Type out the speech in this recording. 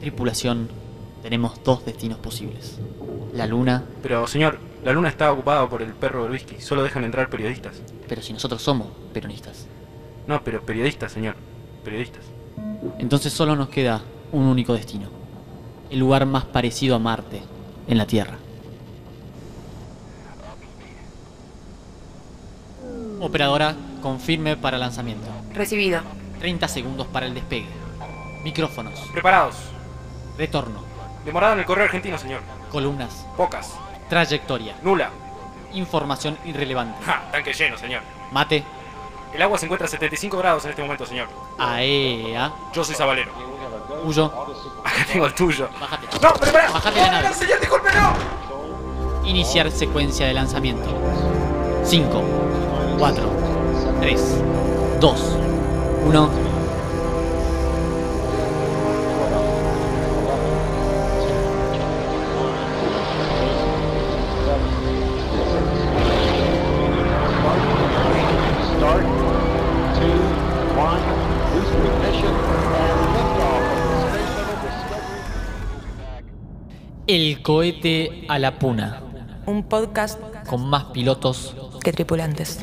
Tripulación, tenemos dos destinos posibles. La luna, Pero, señor, la luna está ocupada por el perro Berbisky. Solo dejan entrar periodistas. pero si nosotros somos peronistas. No, pero periodistas, señor. Periodistas. Entonces solo nos queda un único destino. El lugar más parecido a Marte, en la Tierra. Operadora, confirme para lanzamiento. Recibido. 30 segundos para el despegue. Micrófonos. Preparados. Retorno. Demorada en el correo argentino, señor. Columnas. Pocas. Trayectoria. Nula. Información irrelevante. Ja, tanque lleno, señor. Mate. El agua se encuentra a 75 grados en este momento, señor. AEA. Yo soy sabalero. E Huyo. Acá tengo el tuyo. Bájate. ¡No, pero pará! Bájate la nave. ¡No, señor, disculpe, no! Iniciar secuencia de lanzamiento. 5, 4, 3, 2, 1. Start, two, one, boost ignition, and liftoff of the Space Shuttle Discovery. El cohete a la puna. Un podcast Con más pilotos que tripulantes.